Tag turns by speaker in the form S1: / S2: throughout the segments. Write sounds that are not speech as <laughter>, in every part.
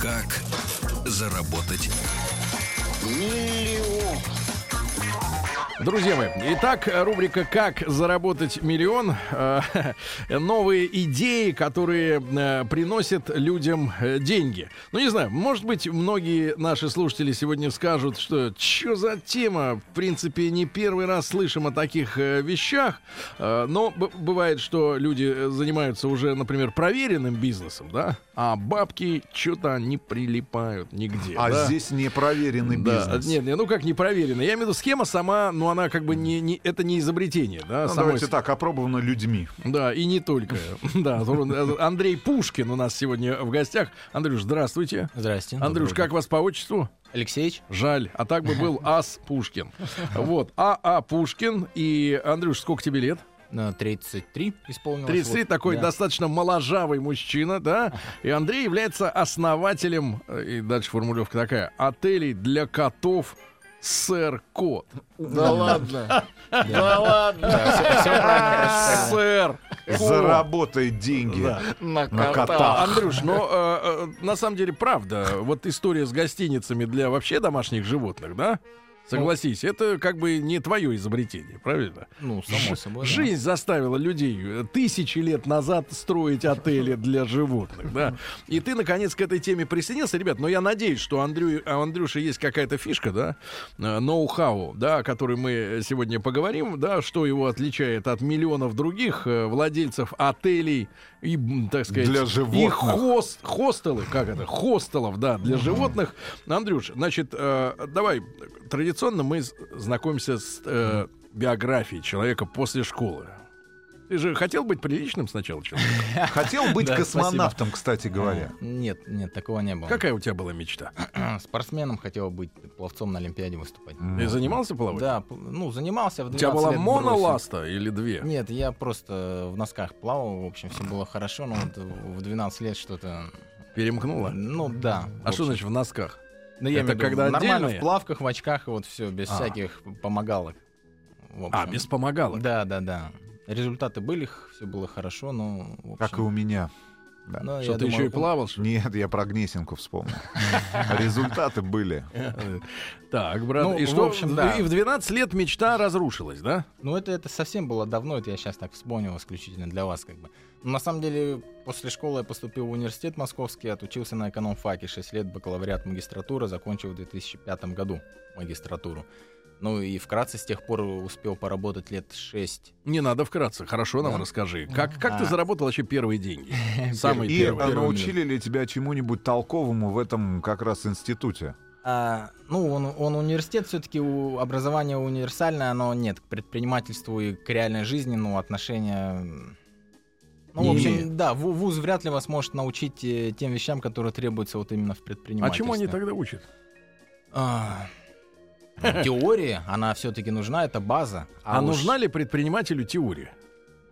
S1: Как заработать
S2: Друзья мои, итак, э, рубрика «Как заработать миллион». Э, <laughs> Новые идеи, которые э, приносят людям э, деньги. Ну, не знаю, может быть, многие наши слушатели сегодня скажут, что «Чё за тема?» В принципе, не первый раз слышим о таких э, вещах. Э, Но б- бывает, что люди э, занимаются уже, например, проверенным бизнесом, да? А бабки что-то не прилипают нигде.
S3: А
S2: да?
S3: здесь непроверенный
S2: Да,
S3: бизнес.
S2: Нет, нет, ну как не проверено. Я имею в виду схема сама, ну она как бы не, не это не изобретение, да,
S3: Ну,
S2: самой
S3: давайте
S2: с-
S3: так, опробовано людьми.
S2: Да, и не
S3: <laughs>
S2: только. Да, э, Андрей Пушкин у нас сегодня в гостях. Андрюш, здравствуйте.
S4: Здрасте.
S2: Андрюш, как вас по отчеству?
S4: Алексеевич?
S2: Жаль, а так бы
S3: <laughs>
S2: был Ас Пушкин. Вот, АА Пушкин. И, Андрюш, сколько тебе лет?
S4: На 33 исполнилось.
S2: 33,
S4: Вот,
S2: такой
S4: да.
S2: достаточно моложавый мужчина, да? И Андрей является основателем, э, и дальше формулировка такая, отелей для котов «Сэр Кот».
S5: Да
S2: <laughs>
S5: ладно. Да ладно.
S2: Сэр.
S3: Заработай деньги.
S5: На
S3: кота.
S5: кота.
S2: Андрюш, но э, э, на самом деле правда, вот история с гостиницами для вообще домашних животных, да? Согласись, это как бы не твое изобретение, правильно?
S4: Ну, само собой. да.
S2: Жизнь заставила людей э, тысячи лет назад строить отели для животных, да. И ты, наконец, к этой теме присоединился, ребят. Но я надеюсь, что Андрю, а у Андрюши есть какая-то фишка, да, э, ноу-хау, да, о которой мы сегодня поговорим, да, что его отличает от миллионов других э, владельцев отелей и, м, так сказать,
S3: Для
S2: и
S3: животных.
S2: хос- хостелы, как это, хостелов, да, для животных. Андрюш, значит, э, давай, традиционно мы с- знакомимся с э, биографией человека после школы. Ты же хотел быть приличным сначала человеком?
S4: <laughs>
S3: Хотел быть
S4: Да,
S3: космонавтом, кстати говоря.
S4: А, Нет, нет, такого не было. А,
S2: Какая у тебя была мечта?
S4: Спортсменом хотел быть, пловцом на Олимпиаде выступать.
S3: М.
S2: Ты занимался плаванием?
S4: Да, п- ну, занимался в
S2: У тебя
S4: 12
S2: была
S4: лет
S2: моноласта или две?
S4: бросил. Нет, я просто в носках плавал, в общем, все было хорошо, но вот в 12 лет что-то...
S2: Перемкнула?
S4: Ну, да.
S2: А
S4: в
S2: что
S4: общем.
S2: значит в носках?
S4: Ну, я
S2: это
S4: имею в виду,
S2: когда
S4: Нормально,
S2: отдельные?
S4: в плавках, в очках, и вот все, без
S2: А.
S4: всяких помогалок. В
S2: А,
S4: общем.
S2: без помогалок.
S4: Да, да, да. Результаты были, все было хорошо, но... в
S3: Как и
S4: общем,
S3: у меня. Да.
S4: ну,
S2: Что,
S4: я
S2: ты еще и
S4: думаю,
S2: плавал? что ли?
S3: Нет, я про Гнесинку
S4: <laughs>
S3: вспомнил. Результаты были.
S2: Так, брат,
S4: Ну,
S2: и
S4: в
S2: что,
S4: общем, да.
S2: и в 12 лет мечта разрушилась, да?
S4: Ну, это, это совсем было давно, это я сейчас так вспомнил исключительно для вас, как бы. Но на самом деле, после школы я поступил в университет московский, отучился на экономфаке 6 лет, бакалавриат, магистратура, закончил в 2005 году магистратуру. Ну и вкратце с тех пор успел поработать лет 6.
S2: Не надо вкратце, хорошо нам расскажи. Как, как ты
S4: А.
S2: заработал вообще первые
S4: <laughs>
S2: деньги? Самые
S3: И
S2: первые.
S3: а,
S4: Первый
S3: научили ли тебя чему-нибудь толковому в этом как раз институте?
S4: ну, он, он университет, все-таки у, образование универсальное, но нет, к предпринимательству и к реальной жизни, ну, отношения... м, Ну,
S2: Не
S4: в общем,
S2: имеет.
S4: да, ву- вуз вряд ли вас может научить э, тем вещам, которые требуются вот именно в
S2: А
S4: предпринимательстве.
S2: чему они тогда учат?
S4: А,
S2: <laughs>
S4: Теория, она все-таки нужна, это база.
S2: А,
S4: уж-
S2: нужна ли предпринимателю теория?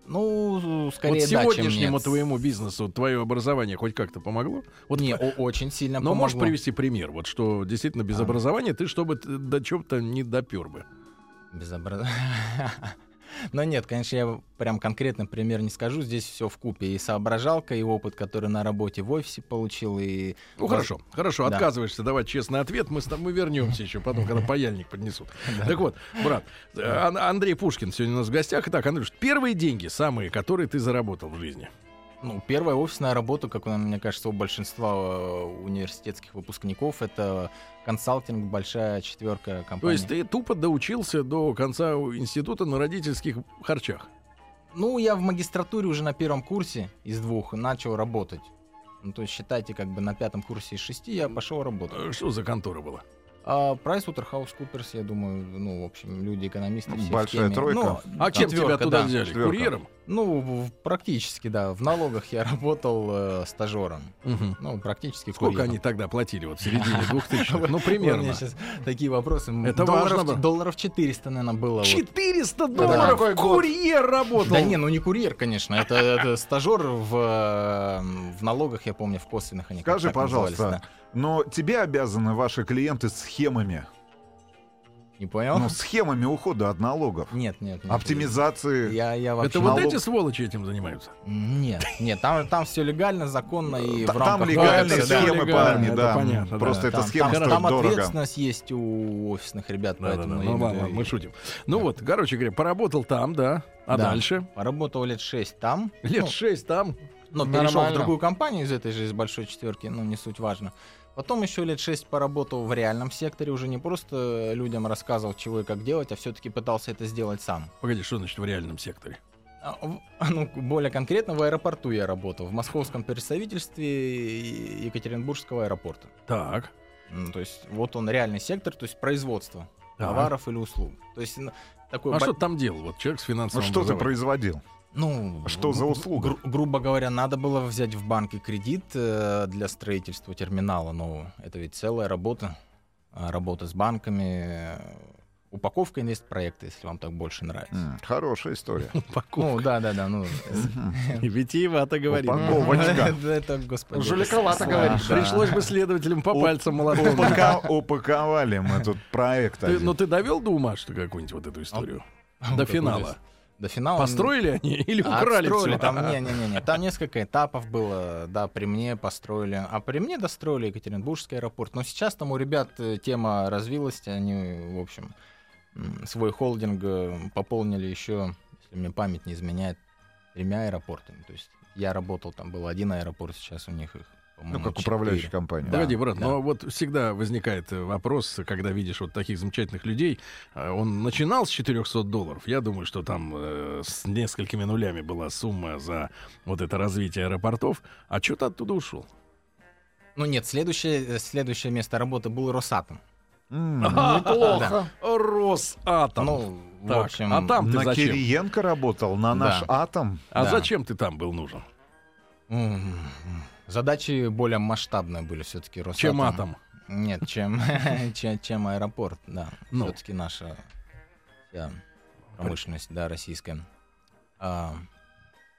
S4: Ну,
S2: Вот
S4: скорее да, чем
S2: сегодняшнему
S4: нет.
S2: твоему бизнесу твое образование хоть как-то помогло? Вот
S4: Не,
S2: п-
S4: о- очень сильно
S2: но можешь
S4: помогло.
S2: привести пример, вот что действительно без
S4: А.
S2: образования ты чтобы т- до чего-то не допер бы.
S4: Без образ- <laughs> Но нет, конечно, я прям конкретно пример не скажу. Здесь все в купе. И соображалка, и опыт, который на работе в офисе получил, и
S2: Ну
S4: Воз-
S2: хорошо, хорошо,
S4: Да.
S2: отказываешься давать честный ответ, мы с тобой вернемся еще потом, когда паяльник
S4: <laughs>
S2: поднесут. Так вот, брат, э, Ан- Андрей Пушкин сегодня у нас в гостях. Итак, Андрюш, первые деньги, самые, которые ты заработал в жизни.
S4: Ну, первая офисная работа, как у- мне кажется, у большинства э, университетских выпускников, это консалтинг, большая четверка компаний.
S2: То есть ты тупо доучился до конца института на родительских харчах.
S4: Ну, я в магистратуре уже на первом курсе из двух начал работать. Ну, то есть, считайте, как бы на пятом курсе из шести я пошел работать.
S2: Э, Что за контора была?
S4: А Куперс, я думаю, ну, в общем, люди-экономисты все в
S3: Большая
S4: теме.
S3: тройка.
S4: Ну,
S2: А чем тебя
S4: четверка,
S2: туда
S4: да.
S2: взяли?
S3: Четверка.
S2: Курьером?
S4: Ну, в- практически, да. В налогах я <laughs> работал э, стажером.
S2: Мгм.
S4: Ну, практически
S2: Сколько
S4: курьером.
S2: они тогда платили вот в
S4: <laughs>
S2: середине 2000-х? Ну,
S4: Ой, У меня
S2: примерно.
S4: сейчас такие вопросы.
S2: Это важно было.
S4: долларов, долларов 400, наверное, было. вот.
S2: 400
S5: Да.
S2: долларов
S5: Какой год?
S2: курьер работал.
S4: Да не, ну не курьер, конечно. Это, это стажер в, э, в налогах, я помню, в косвенных они как-то
S3: Скажи,
S4: так назывались,
S3: пожалуйста, но тебе обязаны ваши клиенты схемами.
S4: да. Не понял?
S3: Ну, схемами ухода от налогов.
S4: <laughs> Нет, нет. нет.
S3: Оптимизации.
S4: Я, я вообще...
S2: Это вот
S3: налог-
S2: эти сволочи этим занимаются.
S4: Нет, нет, там, там все легально, законно и
S3: Т-
S4: в
S3: Там
S4: рамках...
S3: легальные
S2: это всё
S3: схемы,
S2: легально,
S3: парни,
S2: это
S3: да.
S2: понятно,
S3: Просто
S2: да.
S3: эта
S4: там,
S3: схема
S4: там-
S3: стоит
S4: там
S3: дорого.
S4: ответственность есть у офисных ребят,
S2: Да-да-да, Ну
S4: поэтому... им-
S2: ладно, ладно, мы шутим. Ну
S4: Да.
S2: вот, короче говоря, поработал там, да. А
S4: Да.
S2: дальше?
S4: Поработал лет шесть там. <laughs>
S2: Лет
S4: Ну,
S2: шесть там.
S4: Но перешел в
S5: Нормально.
S4: другую компанию из этой же, из большой четверки, ну, не суть важно. Потом еще лет шесть поработал в реальном секторе, уже не просто людям рассказывал, чего и как делать, а все-таки пытался это сделать сам.
S2: Погоди, что значит в реальном секторе?
S4: А, в- <laughs> Ну, более конкретно, в аэропорту я работал, в московском представительстве и- Екатеринбургского аэропорта.
S2: Так.
S4: Ну, то есть, вот он реальный сектор, то есть производство
S2: Так.
S4: товаров или услуг. То есть, ну, такой...
S2: А
S4: бо-
S2: что ты там делал? Вот человек с
S3: Ну,
S2: финансовым
S3: что ты
S2: образованием.
S3: производил?
S4: Ну,
S3: А Что за услуга?
S4: гру- грубо говоря, надо было взять в банке кредит э, для строительства терминала нового. Это ведь целая работа. А, Работа с банками, э, упаковка инвестпроекта, если вам так больше нравится.
S3: М, Хорошая <laughs> история.
S4: Ну,
S2: Упаковка.
S4: да, да, да. Ну, <laughs>
S2: Витиевато говорит.
S3: Упаковочка.
S4: это, господи.
S5: Жуликовато
S4: слава.
S5: говоришь.
S4: Да.
S2: Пришлось бы следователям по
S3: У-
S2: пальцам молотом.
S3: Упака- Упаковали мы тут проект.
S2: Ты-
S3: один.
S2: Но ты довел до ума, что какую-нибудь вот эту историю?
S4: Ну,
S2: До
S4: какой
S2: финала.
S4: лес. До финала. ну,
S2: Построили они или
S4: А,
S2: украли всё?
S4: отстроили там, не, не, не, не, там несколько этапов было, да, при мне построили, а при мне достроили Екатеринбургский аэропорт, но сейчас там у ребят э, тема развилась, они, в общем, м, свой холдинг э, пополнили еще, если мне память не изменяет, тремя аэропортами, то есть я работал, там был один аэропорт, сейчас у них их, по-моему,
S3: Ну, как
S4: четыре.
S3: управляющая компания.
S4: Да.
S2: Погоди, брат,
S4: да.
S2: но вот всегда возникает э, вопрос, когда видишь вот таких замечательных людей. Э, Он начинал с 400 долларов. Я думаю, что там э, с несколькими нулями была сумма за вот это развитие аэропортов. А что ты оттуда ушел?
S4: <laughs> Ну нет, следующее, следующее место работы был Росатом.
S3: <laughs> М, Ну,
S2: <laughs>
S5: Неплохо.
S2: Росатом.
S4: Ну, в
S2: Так,
S4: общем,
S2: а там ты
S3: На
S2: зачем?
S3: Кириенко работал, на наш
S4: Да.
S3: атом.
S2: А
S4: да.
S2: зачем ты там был нужен?
S4: м, задачи более масштабные были все-таки Росатом.
S2: Чем атом?
S4: Нет, чем, <laughs> чем, чем аэропорт, да.
S2: Ну.
S4: Все-таки наша вся промышленность, да, российская. А,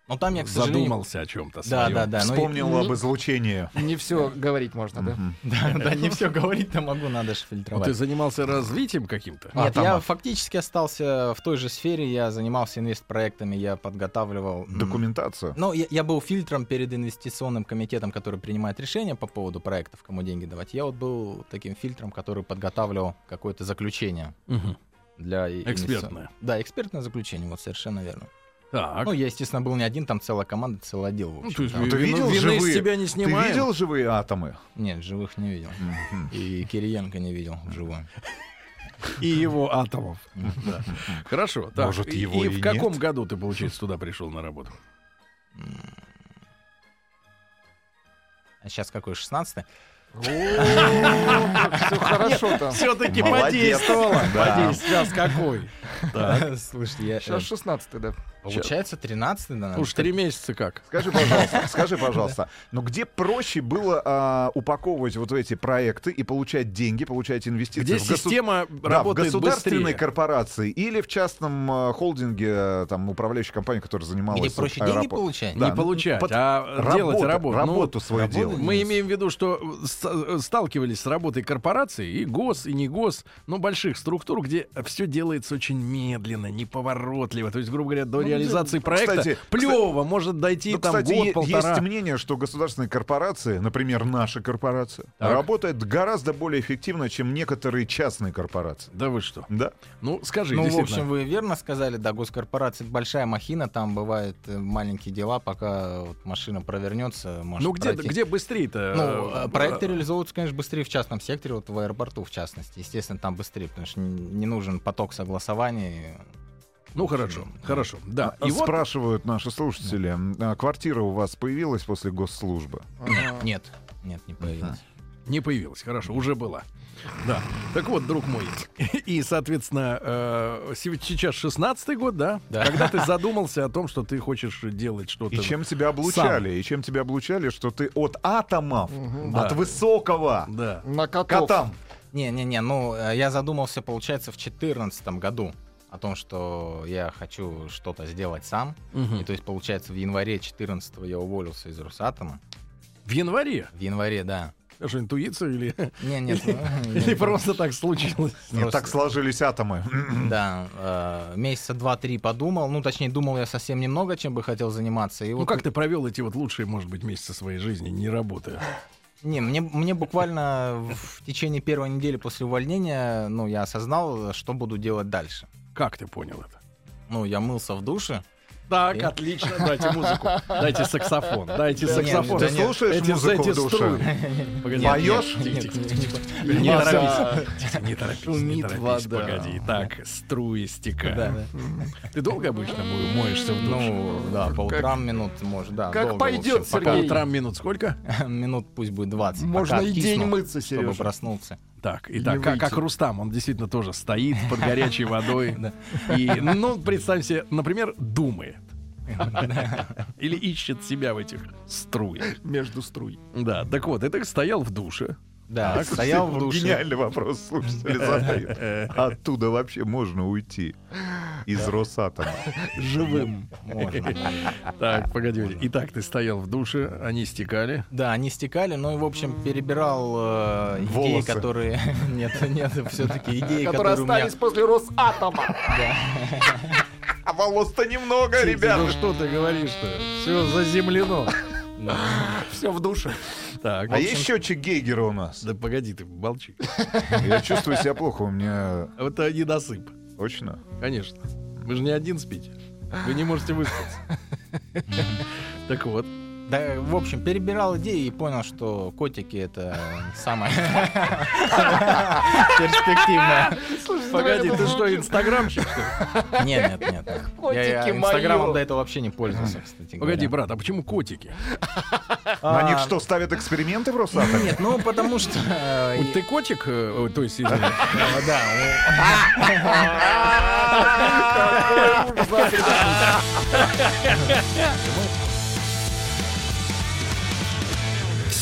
S4: ну там я, к сожалению...
S2: Задумался о чем-то
S4: Да, да, да. ну и-
S3: Вспомнил об излучении.
S5: Не все говорить можно, да?
S3: Мгм.
S4: <laughs> да, да, не все говорить-то могу, надо же
S2: Ну, ты А,
S4: фильтровать.
S2: занимался развитием каким-то?
S4: Нет, я
S3: Атома.
S4: фактически остался в той же сфере, я занимался инвестпроектами, я подготавливал... м,
S3: Документацию.
S4: Ну, я, я был фильтром перед инвестиционным комитетом, который принимает решения по поводу проектов, кому деньги давать. Я вот был таким фильтром, который подготавливал какое-то заключение
S2: Мгм.
S4: для... и- инвестицион-
S2: Экспертное.
S4: Да, экспертное заключение, вот совершенно верно.
S2: Так.
S4: Ну, я, естественно, был не один, там целая команда, целый отдел, в
S2: А Ну,
S4: общем.
S2: то есть
S4: да.
S2: ви-
S3: Ты
S2: вину-
S3: а видел
S2: вины с
S3: живые?
S2: тебя не
S3: Ты
S2: снимаем.
S3: видел живые атомы?
S4: Нет, живых не видел.
S3: Мгм.
S4: И Кириенко не видел живую.
S2: и его атомов. Да. Хорошо. так,
S3: Может,
S2: и-
S3: его
S2: и
S3: и
S2: в
S3: нет?
S2: каком году ты, получается, туда пришел на работу?
S4: А сейчас какой, 16
S2: <laughs>
S5: Все хорошо там.
S2: Все-таки
S3: Молодец.
S2: подействовало.
S3: Да.
S2: Сейчас какой?
S4: <laughs> Слушайте, я...
S5: Сейчас
S4: э,
S5: 16 да.
S4: Получается, 13 да?
S2: Уж три месяца как. <laughs>
S3: Скажи, пожалуйста, скажи, пожалуйста, но где проще было а, упаковывать вот эти проекты и получать деньги, получать инвестиции?
S2: Где
S3: В госу-
S2: система
S3: Да,
S2: работает
S3: в государственной
S2: быстрее?
S3: корпорации или в частном а, холдинге, а, там, управляющей компании, которая занималась
S4: Где проще
S3: аэропортом?
S4: деньги получать?
S3: Да,
S2: Не
S3: ну,
S2: получать,
S3: под-
S2: а
S3: Работа,
S2: делать работу. Ну,
S3: Работу свою
S4: работу
S3: делать.
S2: Мы имеем в виду, что ст- сталкивались с работой корпораций, и гос, и не гос, но больших структур, где все делается очень медленно, неповоротливо. То есть, грубо говоря, до
S3: Ну,
S2: реализации проекта
S3: кстати,
S2: плево может дойти
S3: Ну,
S2: там
S3: кстати, е-
S2: год-полтора.
S3: есть мнение, что государственные корпорации, например, наша корпорация,
S2: Так.
S3: работает гораздо более эффективно, чем некоторые частные корпорации.
S2: Да вы что?
S3: Да?
S2: Ну, скажи,
S4: Ну, в
S2: действительно.
S4: общем, вы верно сказали, да, госкорпорация это большая махина, там бывают э, маленькие дела, пока вот машина провернется, может
S2: ну, где,
S4: пройти.
S2: где быстрее-то?
S4: Ну,
S2: э,
S4: э, проекты реализовываются, конечно, быстрее в частном секторе, вот в аэропорту, в частности. Естественно, там быстрее, потому что н- не нужен поток согласований.
S2: Ну, хорошо, хорошо. Да.
S3: И
S2: И вот
S3: спрашивают наши слушатели, а, квартира у вас появилась после госслужбы?
S5: Ага.
S4: Нет, нет, не появилось.
S2: Не появилась, хорошо, уже была. Да. Так вот, друг мой, и, соответственно, э, сев- сейчас 16-й год, да?
S4: Да.
S2: Когда ты задумался о том, что ты хочешь делать что-то...
S3: И чем тебя облучали? И чем тебя облучали, что ты от атомов,
S2: Да.
S3: от высокого
S2: Да.
S5: На котов.
S3: котам.
S4: Не-не-не, ну э, я задумался, получается, в 2014 году о том, что я хочу что-то сделать сам. И то есть, получается, в январе 14 я уволился из Росатома.
S2: В январе?
S4: В январе, да.
S2: Это Что, интуиция или...
S4: Не, нет,
S2: <laughs>
S4: ну,
S2: Или
S4: я-
S2: просто так случилось?
S3: Не
S4: Просто-
S3: так сложились атомы. М-м-м.
S4: Да, э, месяца два-три подумал. Ну, точнее, думал я совсем немного, чем бы хотел заниматься. И
S2: Ну
S4: вот-
S2: как ты провел эти вот лучшие, может быть, месяцы своей жизни, не работая?
S4: Не, мне, мне буквально в течение первой недели после увольнения, ну, я осознал, что буду делать дальше.
S2: Как ты понял это?
S4: Ну, я мылся в душе.
S2: Так,
S4: И-
S2: отлично. Дайте музыку. Дайте саксофон. Дайте
S4: Да
S2: саксофон.
S4: нет, да
S3: ну Ты
S4: нет.
S3: слушаешь
S2: Эти-
S3: музыку
S2: эти
S3: в душе?
S2: струны.
S4: <laughs>
S2: Погоди, нет,
S3: Поешь?
S2: нет, тихо, тихо, тихо, тихо. Не
S5: Маза.
S2: торопись. Тихо, Не торопись. Не
S5: Шумит
S2: торопись.
S5: вода.
S2: Погоди. Так, струи
S4: Да,
S2: стекают.
S4: да.
S2: Ты долго обычно мо- моешься в душе?
S4: Ну, да, по
S5: Как-
S4: утрам минут, может, да.
S5: как
S4: долго, в
S5: пойдет,
S4: общем,
S2: По
S4: пока-
S5: Сергей.
S2: утрам минут сколько?
S4: <laughs> Минут пусть будет 20.
S5: Можно
S4: пока
S5: и день
S4: кисну,
S5: мыться,
S4: Чтобы
S5: Сережа.
S4: проснулся.
S2: Так, и так,
S5: Не
S2: как, как
S5: выйти.
S2: Рустам, он действительно тоже стоит под
S5: <laughs>
S2: горячей водой. И, ну, представь себе, например,
S5: <laughs>
S2: думает. Или ищет себя в этих струях.
S5: Между струй.
S2: Да, так вот, и так стоял в душе.
S4: Да,
S3: Так, слушайте,
S4: стоял А в
S3: вот
S4: душе.
S3: Гениальный вопрос слушатели задают.
S4: <laughs>
S3: Оттуда вообще можно уйти из Росатома.
S5: Живым.
S4: Можно.
S2: Так, погоди. И так ты стоял в душе, они стекали.
S4: Да, они стекали, но и, в общем, перебирал э, идеи,
S3: Волосы.
S4: которые... <laughs> Нет, нет, все-таки идеи,
S5: Которые
S4: которые у меня...
S5: остались
S4: <laughs>
S5: после Росатома.
S3: А волос-то немного,
S2: Ну
S3: ребята.
S2: что ты говоришь-то? Все заземлено.
S5: Все в душе.
S2: Так,
S3: А есть счетчик Гейгера у нас?
S2: да погоди ты, молчи. А
S3: Я чувствую себя плохо, у меня...
S2: Это недосып,
S3: Точно?
S2: конечно. Вы же не один спите. Вы не можете выспаться. Так вот.
S4: Да, в общем, перебирал идеи и понял, что котики это самое перспективное.
S2: Погоди, ты что, инстаграмщик, что ли?
S4: Нет, нет, нет, нет. Я
S5: Котики
S4: я
S5: моё.
S4: инстаграмом до этого вообще не пользовался, кстати говоря.
S2: Погоди, брат, а почему котики?
S4: А,
S3: На них что, ставят эксперименты в Росатоме?
S4: Нет, ну потому что... э,
S2: Вот
S4: и-
S2: ты котик, э, о, то есть,
S3: <laughs>
S2: извини.
S4: а, Да,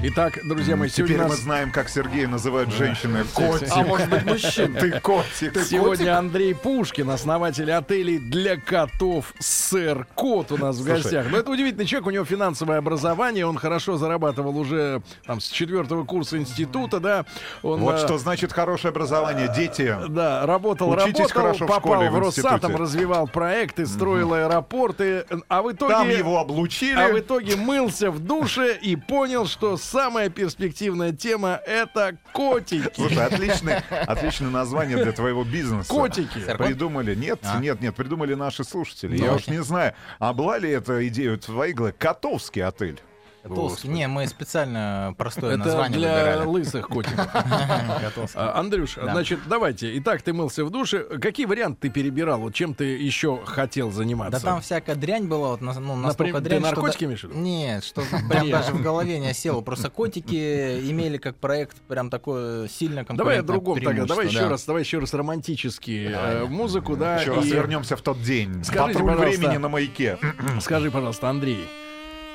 S2: Итак, друзья мои,
S3: Теперь
S2: сегодня у
S3: мы
S2: нас-
S3: знаем, как Сергей называют женщины. Котик.
S5: А может быть мужчин.
S3: Ты котик.
S2: Сегодня Андрей Пушкин, основатель отелей для котов «Сэр Кот» у нас в
S3: Слушай.
S2: гостях. Но это удивительный человек, у него финансовое образование, он хорошо зарабатывал уже там, с четвертого курса института, да. Он,
S3: Вот
S2: э,
S3: что значит хорошее образование. Дети.
S2: Да, работал,
S3: Учитесь
S2: работал,
S3: хорошо в
S2: попал
S3: школе,
S2: в,
S3: в институте.
S2: Росатом, развивал проекты, строил аэропорты, а в итоге...
S3: Там его облучили. <laughs>
S2: А в итоге мылся в душе и понял, что самая перспективная тема это котики.
S3: Слушай, отличное, отличное название для твоего бизнеса.
S2: Котики.
S3: Придумали. Нет,
S4: А.
S3: нет, нет, придумали наши слушатели.
S4: Ну.
S3: Я уж не знаю, обла ли это идею твоей головы. Котовский отель.
S4: у- Толстый. Не, мы специально простое
S2: Это
S4: название
S2: для
S4: выбирали.
S2: лысых котиков.
S4: Готовский.
S2: А, Андрюш,
S4: Да.
S2: значит, давайте. Итак, ты мылся в душе. Какие варианты ты перебирал? Вот чем ты еще хотел
S4: Да
S2: заниматься?
S4: там всякая дрянь была, вот на- ну, настолько
S2: Например, ты
S4: дрянь,
S2: наркотики
S4: что... да-
S2: имеешь в виду?
S4: Нет, что прям
S2: Нет.
S4: даже в голове не осело. Просто котики имели как проект прям такое
S2: Давай
S4: сильно
S2: о
S4: конкурентное
S2: другом тогда.
S4: преимущество,
S2: Давай еще
S4: да.
S2: раз, давай еще раз романтические э, музыку, да.
S3: Еще
S2: и-
S3: раз вернемся в тот день.
S2: Скажите,
S3: Патруль
S2: пожалуйста.
S3: времени на маяке.
S2: Скажи, пожалуйста, Андрей.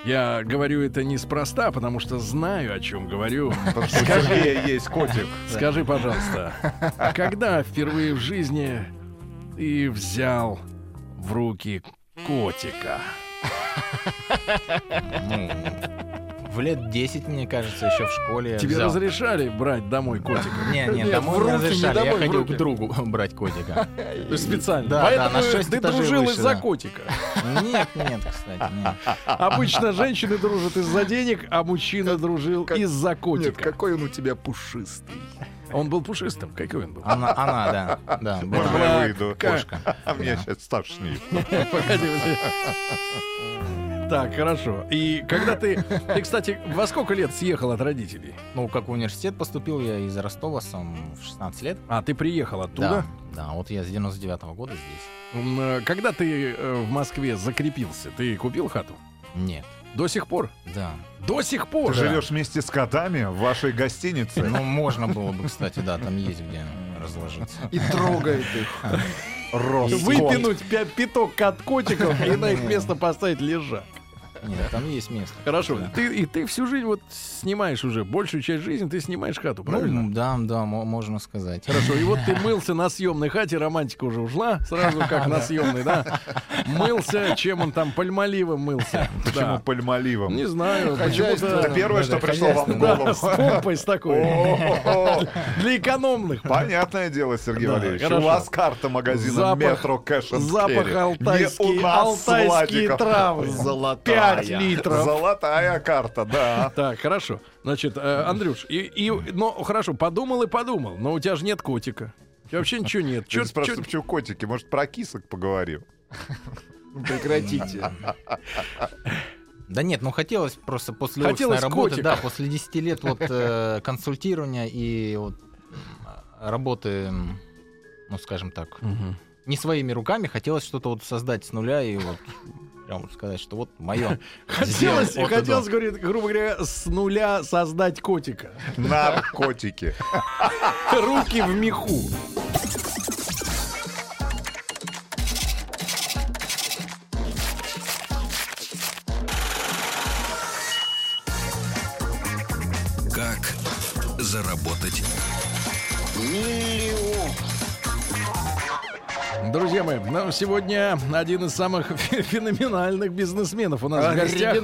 S2: Я говорю это неспроста, потому что знаю, о чем
S4: <laughs>
S2: говорю.
S3: Потому что у Сергея есть котик.
S2: Скажи, пожалуйста, а когда впервые в жизни ты взял в руки котика?
S4: Ну, В лет 10, мне кажется, еще в школе я
S2: Тебе
S4: взял.
S2: разрешали брать домой котика?
S4: Не, не,
S5: Нет, в
S4: домой
S5: руки,
S4: не
S5: не
S4: разрешали. Я
S5: домой, в
S4: ходил
S5: руки.
S4: к другу брать котика.
S2: То есть специально.
S4: Да, да,
S2: Поэтому
S4: на шесть
S2: ты
S4: этажей
S2: дружил
S4: выше,
S2: из-за
S4: да. <laughs>
S2: котика.
S4: Нет, нет, кстати, нет.
S2: Обычно женщины дружат из-за денег, а мужчина дружил
S5: как-
S2: из-за
S5: Нет,
S2: котика.
S5: какой он у тебя пушистый.
S2: Он был пушистым. Какой он был?
S4: Она, она, да. Да, была.
S3: Можно я выйду?
S2: Ка-
S4: Кошка.
S3: А мне сейчас тошнит.
S2: Погоди, подожди. <laughs> Так, хорошо. И когда ты... Ты, кстати, во сколько лет съехал от родителей?
S4: Ну, как в университет поступил я из Ростова сам в 16 лет.
S2: А, ты приехал оттуда?
S4: Да, да, вот я с 99 -го года здесь.
S2: М, э, Когда ты э, в Москве закрепился, ты купил хату?
S4: Нет,
S2: До сих пор?
S4: да.
S2: До сих
S3: Ты
S2: пор?
S3: живешь вместе с котами в вашей <laughs> гостинице.
S4: Ну, можно было бы, кстати, да, там есть где разложиться.
S5: И трогает их.
S3: Роскот.
S2: Выпинуть пя- пяток от котиков и
S4: <laughs>
S2: на их место поставить лежа.
S4: Нет, там есть место.
S2: Хорошо.
S4: Да.
S2: Ты, и ты всю жизнь вот снимаешь уже, большую часть жизни ты снимаешь хату, правильно?
S4: Ну, да, да, мо- можно сказать.
S2: Хорошо, и вот ты мылся на съемной хате, романтика уже ушла, сразу как на съемной, да? Мылся, чем он там, пальмоливом мылся.
S3: Почему
S2: Да.
S3: пальмоливом?
S2: Не знаю,
S3: Это
S2: почему-то...
S3: первое, что пришло вам
S2: <laughs>
S3: в
S2: Да,
S3: голову.
S2: с
S3: <laughs>
S2: помпой с такой.
S3: О-о-о.
S2: Для экономных.
S3: Понятное дело, Сергей
S2: Да,
S3: Валерьевич. У
S2: хорошо.
S3: вас карта магазина
S2: Запах-
S3: Метро Кэш энд Керри.
S2: Запах
S3: Не
S2: алтайский,
S3: у нас,
S2: алтайские
S3: Владиков.
S2: травы. 5
S5: Золотая.
S2: литров.
S3: Золотая карта, да.
S2: Так, хорошо. Значит, э, Андрюш, и, и- ну хорошо, подумал и подумал, но у тебя же нет котика. У тебя вообще ничего нет.
S3: Чё,
S2: Чё-
S3: ты просто
S2: чё-
S3: почему котики? Может, про кисок поговорим?
S5: Ну, Прекратите.
S4: Да нет, ну хотелось просто после
S2: Хотелось
S4: офисной работы,
S2: котика.
S4: да, после 10 лет вот э, консультирования и вот м, работы, м, ну скажем так,
S2: Мгм.
S4: не своими руками, хотелось что-то вот создать с нуля и вот прям вот сказать, что вот мое.
S2: <laughs> Хотелось, хотелось, говорит, грубо говоря, с нуля создать котика.
S3: Наркотики.
S2: Руки в меху.
S1: Как заработать?
S2: Друзья мои, ну, сегодня один из самых <laughs> фе- феноменальных бизнесменов у нас
S5: а,
S2: в гостях.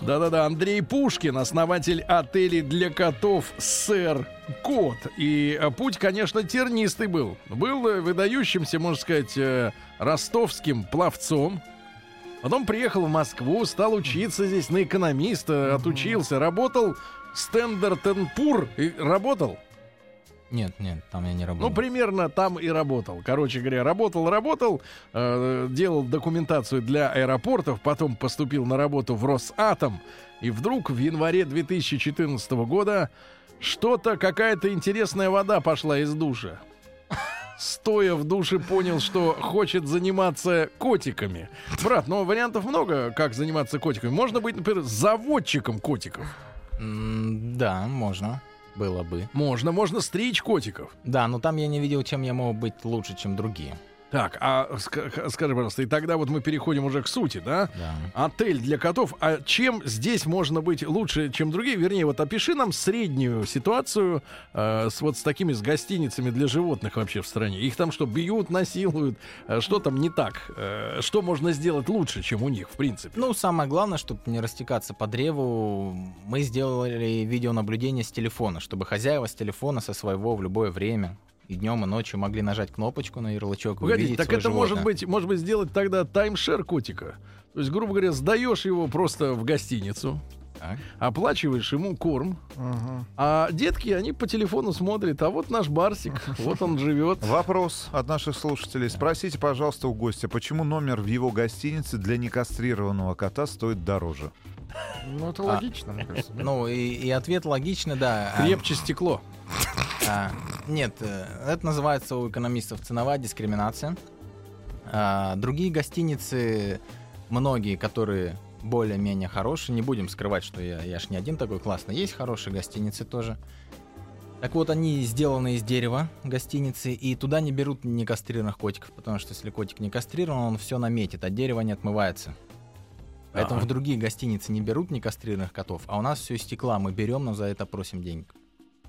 S2: Да-да-да, Андрей Пушкин, основатель отелей для котов «Сэр Кот». И э, путь, конечно, тернистый был. Был э, выдающимся, можно сказать, э, ростовским пловцом. Потом приехал в Москву, стал учиться здесь на экономиста, отучился, работал Стендарт Пур, и работал.
S4: Нет, нет, там я не
S2: Ну,
S4: работал.
S2: примерно там и работал. Короче говоря, работал, работал, э, делал документацию для аэропортов, потом поступил на работу в Росатом, и вдруг в январе 2014 года что-то, какая-то интересная вода пошла из душа. Стоя в душе, понял, что хочет заниматься котиками. Брат, но вариантов много, как заниматься котиками. Можно быть, например, заводчиком котиков.
S4: М, Да, можно. Было бы.
S2: Можно, можно стричь котиков.
S4: Да, но там я не видел, чем я мог быть лучше, чем другие.
S2: Так, а ска- х- скажи, пожалуйста, и тогда вот мы переходим уже к сути, да?
S4: Да.
S2: Отель для котов. А чем здесь можно быть лучше, чем другие? Вернее, вот опиши нам среднюю ситуацию э, с вот с такими с гостиницами для животных вообще в стране. Их там что бьют, насилуют, Э, что там не так? Э, что можно сделать лучше, чем у них, в принципе?
S4: Ну, самое главное, чтобы не растекаться по древу, мы сделали видеонаблюдение с телефона, чтобы хозяева с телефона со своего в любое время и днем, и ночью могли нажать кнопочку на ярлычок и
S2: Погодите,
S4: увидеть
S2: так
S4: свое
S2: это
S4: животное.
S2: может быть, может быть сделать тогда таймшер котика. То есть, грубо говоря, сдаешь его просто в гостиницу,
S4: Так.
S2: оплачиваешь ему корм, А детки, они по телефону смотрят, а вот наш
S4: <laughs>
S2: Барсик, вот он живет.
S3: Вопрос от наших слушателей. Спросите, пожалуйста, у гостя, почему номер в его гостинице для некастрированного кота стоит дороже?
S5: Ну, это логично, мне кажется.
S4: Ну, и, и ответ логичный, да. А,
S2: Крепче стекло.
S4: а, нет, э, это называется у экономистов ценовая дискриминация. А, другие гостиницы, многие, которые более-менее хорошие, не будем скрывать, что я, я ж не один такой классный, есть хорошие гостиницы тоже. Так вот, они сделаны из дерева, гостиницы, и туда не берут некастрированных котиков, потому что если котик не кастрирован, он все наметит, а дерево не отмывается. Поэтому
S2: Ага.
S4: в другие гостиницы не берут некастрированных котов, а у нас все из стекла, мы берем, но за это просим денег.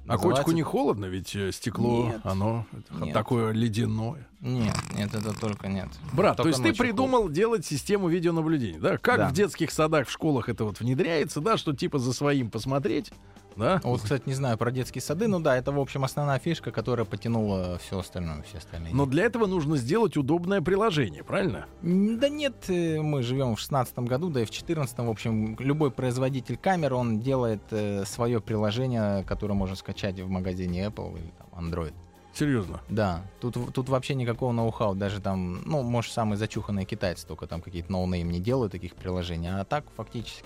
S2: А котику
S4: Называется-
S2: не холодно, ведь э, стекло,
S4: Нет.
S2: оно это
S4: Нет.
S2: такое ледяное.
S4: Нет, нет, это только нет.
S2: Брат,
S4: Только
S2: то есть ты
S4: ночью
S2: придумал делать систему видеонаблюдения, да? Как
S4: Да.
S2: в детских садах, в школах это вот внедряется, да, что типа за своим посмотреть, да?
S4: Вот, кстати, не знаю про детские сады, ну да, это, в общем, основная фишка, которая потянула все остальное, все остальные.
S2: Но для этого нужно сделать удобное приложение, правильно?
S4: М, Да нет, э, мы живем в шестнадцатом году, да и в четырнадцатом, в общем, любой производитель камер, он э, делает свое приложение, которое можно скачать в магазине Apple или там Android.
S2: Серьезно.
S4: Да, тут, в- тут вообще никакого ноу-хау, даже там, ну, может, самый зачуханный китайцы только там какие-то ноунейм не делают таких приложений, а так фактически...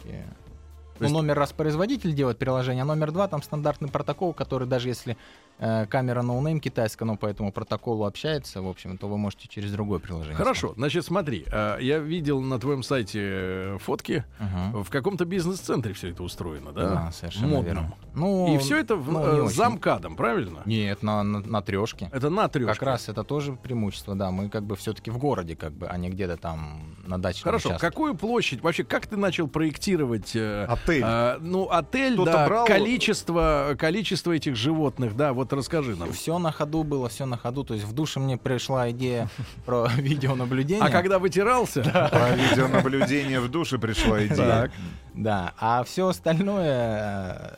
S2: То
S4: Ну,
S2: есть-
S4: номер раз производитель делает приложение, а номер два там стандартный протокол, который даже если э, камера ноунейм китайская, но по этому протоколу общается, в общем, то вы можете через другое приложение.
S2: Хорошо, значит, смотри, а, я видел на твоем сайте э, фотки,
S4: Ага.
S2: в каком-то бизнес-центре все это устроено, да?
S4: Да, совершенно
S2: Модном.
S4: верно. Ну,
S2: И все это в,
S4: ну,
S2: э,
S4: не очень.
S2: замкадом, правильно?
S4: Нет, на, на, трешке.
S2: Это на трёшке.
S4: Как раз это тоже преимущество, да. Мы как бы все-таки в городе, как бы, а не где-то там на даче.
S2: Хорошо, какую площадь вообще, как ты начал проектировать э,
S3: Отель.
S2: а, ну, отель,
S3: Кто-то
S2: да,
S3: брал-
S2: количество, количество этих животных, да, вот расскажи нам.
S4: Все на ходу было, все на ходу. То есть в душе мне пришла
S2: <laughs>
S4: идея про видеонаблюдение.
S2: А когда вытирался,
S3: Про видеонаблюдение в душе пришла идея.
S4: Да, а все остальное... э,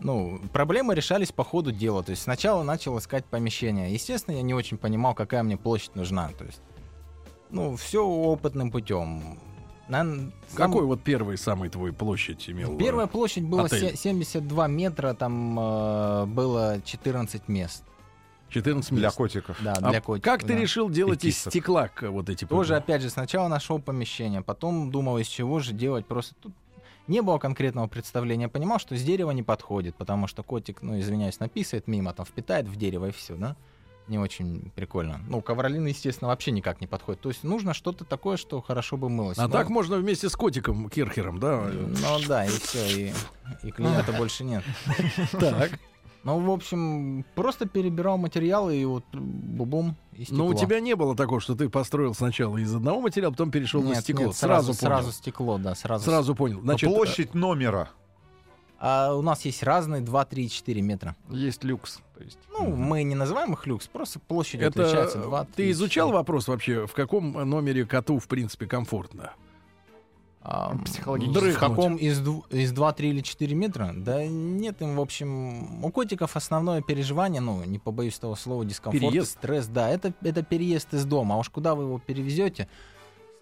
S4: Ну, проблемы решались по ходу дела. То есть сначала начал искать помещение. Естественно, я не очень понимал, какая мне площадь нужна. То есть, ну, все опытным путем.
S2: какой вот первый самый твой площадь имел? э,
S4: Первая площадь была
S2: отель?
S4: се- 72 метра, там э, было 14 мест.
S2: 14
S3: Для
S2: мест.
S3: котиков.
S4: Да,
S2: А
S4: для котиков.
S2: Как ты
S4: да.
S2: решил делать из
S3: Пятисок.
S2: стекла к- вот эти
S4: Тоже,
S2: приборы?
S4: опять же, сначала нашел помещение, потом думал, из чего же делать. Просто тут не было конкретного представления. Я понимал, что с дерева не подходит, потому что котик, ну, извиняюсь, написает мимо, там, впитает в дерево и все, да? Не очень прикольно. Ну, ковролин, естественно, вообще никак не подходит. То есть нужно что-то такое, что хорошо бы мылось.
S2: А
S4: Но-
S2: так можно вместе с котиком Кирхером,
S4: <laughs>
S2: да?
S4: Ну да, и все, и, и клиента больше нет.
S2: Так.
S4: Ну, в общем, просто перебирал материалы и вот бубум и стекло.
S2: Но Ну, у тебя не было такого, что ты построил сначала из одного материала, потом перешел на
S4: Нет,
S2: стекло.
S4: нет,
S2: сразу,
S4: сразу,
S2: понял.
S4: сразу стекло, да, сразу.
S2: Сразу понял. Значит,
S3: Площадь номера.
S4: А у нас есть разные 2, 3, 4 метра.
S5: Есть люкс. То есть.
S4: Ну, мы не называем их люкс, просто площадь
S2: э, это...
S4: отличается 2,
S2: Ты изучал вопрос вообще, в каком номере коту, в принципе, комфортно?
S5: Психологически.
S2: Дрыхнуть.
S4: В каком из, дву- из 2, 3 или 4 метра? Да нет им, в общем... У котиков основное переживание, ну, не побоюсь того слова, дискомфорт, и
S2: Переезд.
S4: стресс, да, это, это переезд из дома. А уж куда вы его перевезете?